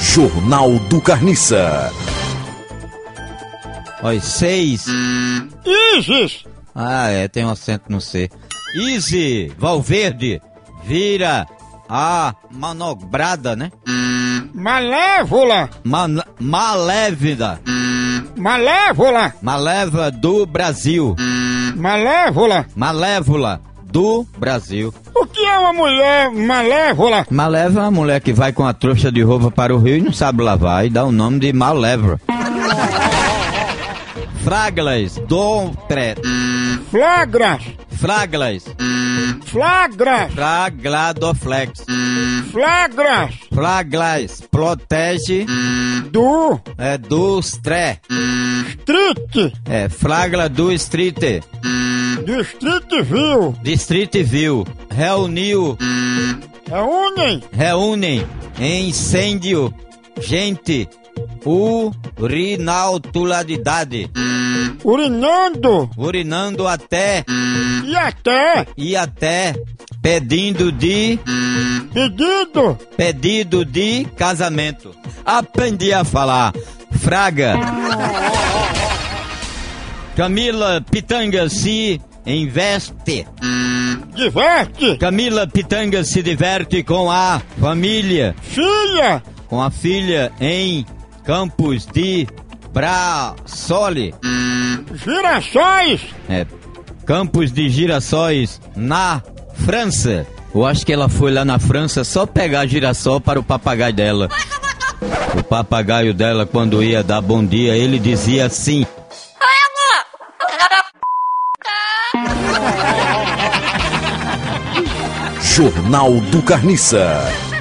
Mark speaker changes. Speaker 1: Jornal do Carniça.
Speaker 2: Olha, seis.
Speaker 3: Isis!
Speaker 2: Ah, é, tem um acento no C. Easy Valverde vira a manobrada, né?
Speaker 3: Malévola!
Speaker 2: Man malévida,
Speaker 3: Malévola!
Speaker 2: malévola do Brasil,
Speaker 3: Malévola!
Speaker 2: malévola do Brasil.
Speaker 3: O que é uma mulher malévola?
Speaker 2: Malévola é uma mulher que vai com a trouxa de roupa para o rio e não sabe lavar e dá o nome de malévola. Fraglas, Dompré,
Speaker 3: Flagras!
Speaker 2: Fraglas,
Speaker 3: Flagras!
Speaker 2: Fragladoflex,
Speaker 3: Flagras!
Speaker 2: Fraglas, protege
Speaker 3: Do
Speaker 2: é, dos tré,
Speaker 3: Street!
Speaker 2: é, Fragla do Street,
Speaker 3: Do Street View!
Speaker 2: Distrito View, reuniu
Speaker 3: É Reúnem!
Speaker 2: reúnem em incêndio gente urinaltuladidade,
Speaker 3: Urinando!
Speaker 2: urinando até
Speaker 3: E até
Speaker 2: e até pedindo de
Speaker 3: pedido!
Speaker 2: pedido de casamento. Aprendi a falar Fraga. Camila Pitanga se investe.
Speaker 3: Diverte!
Speaker 2: Camila Pitanga se diverte com a família.
Speaker 3: Filha!
Speaker 2: com a filha em Campos de Brassole,
Speaker 3: Girassóis!
Speaker 2: é, Campos de Girassóis, na França. Eu acho que ela foi lá na França só pegar girassol para o papagaio dela. O papagaio dela, quando ia dar bom dia, ele dizia assim:
Speaker 1: Jornal do Carniça.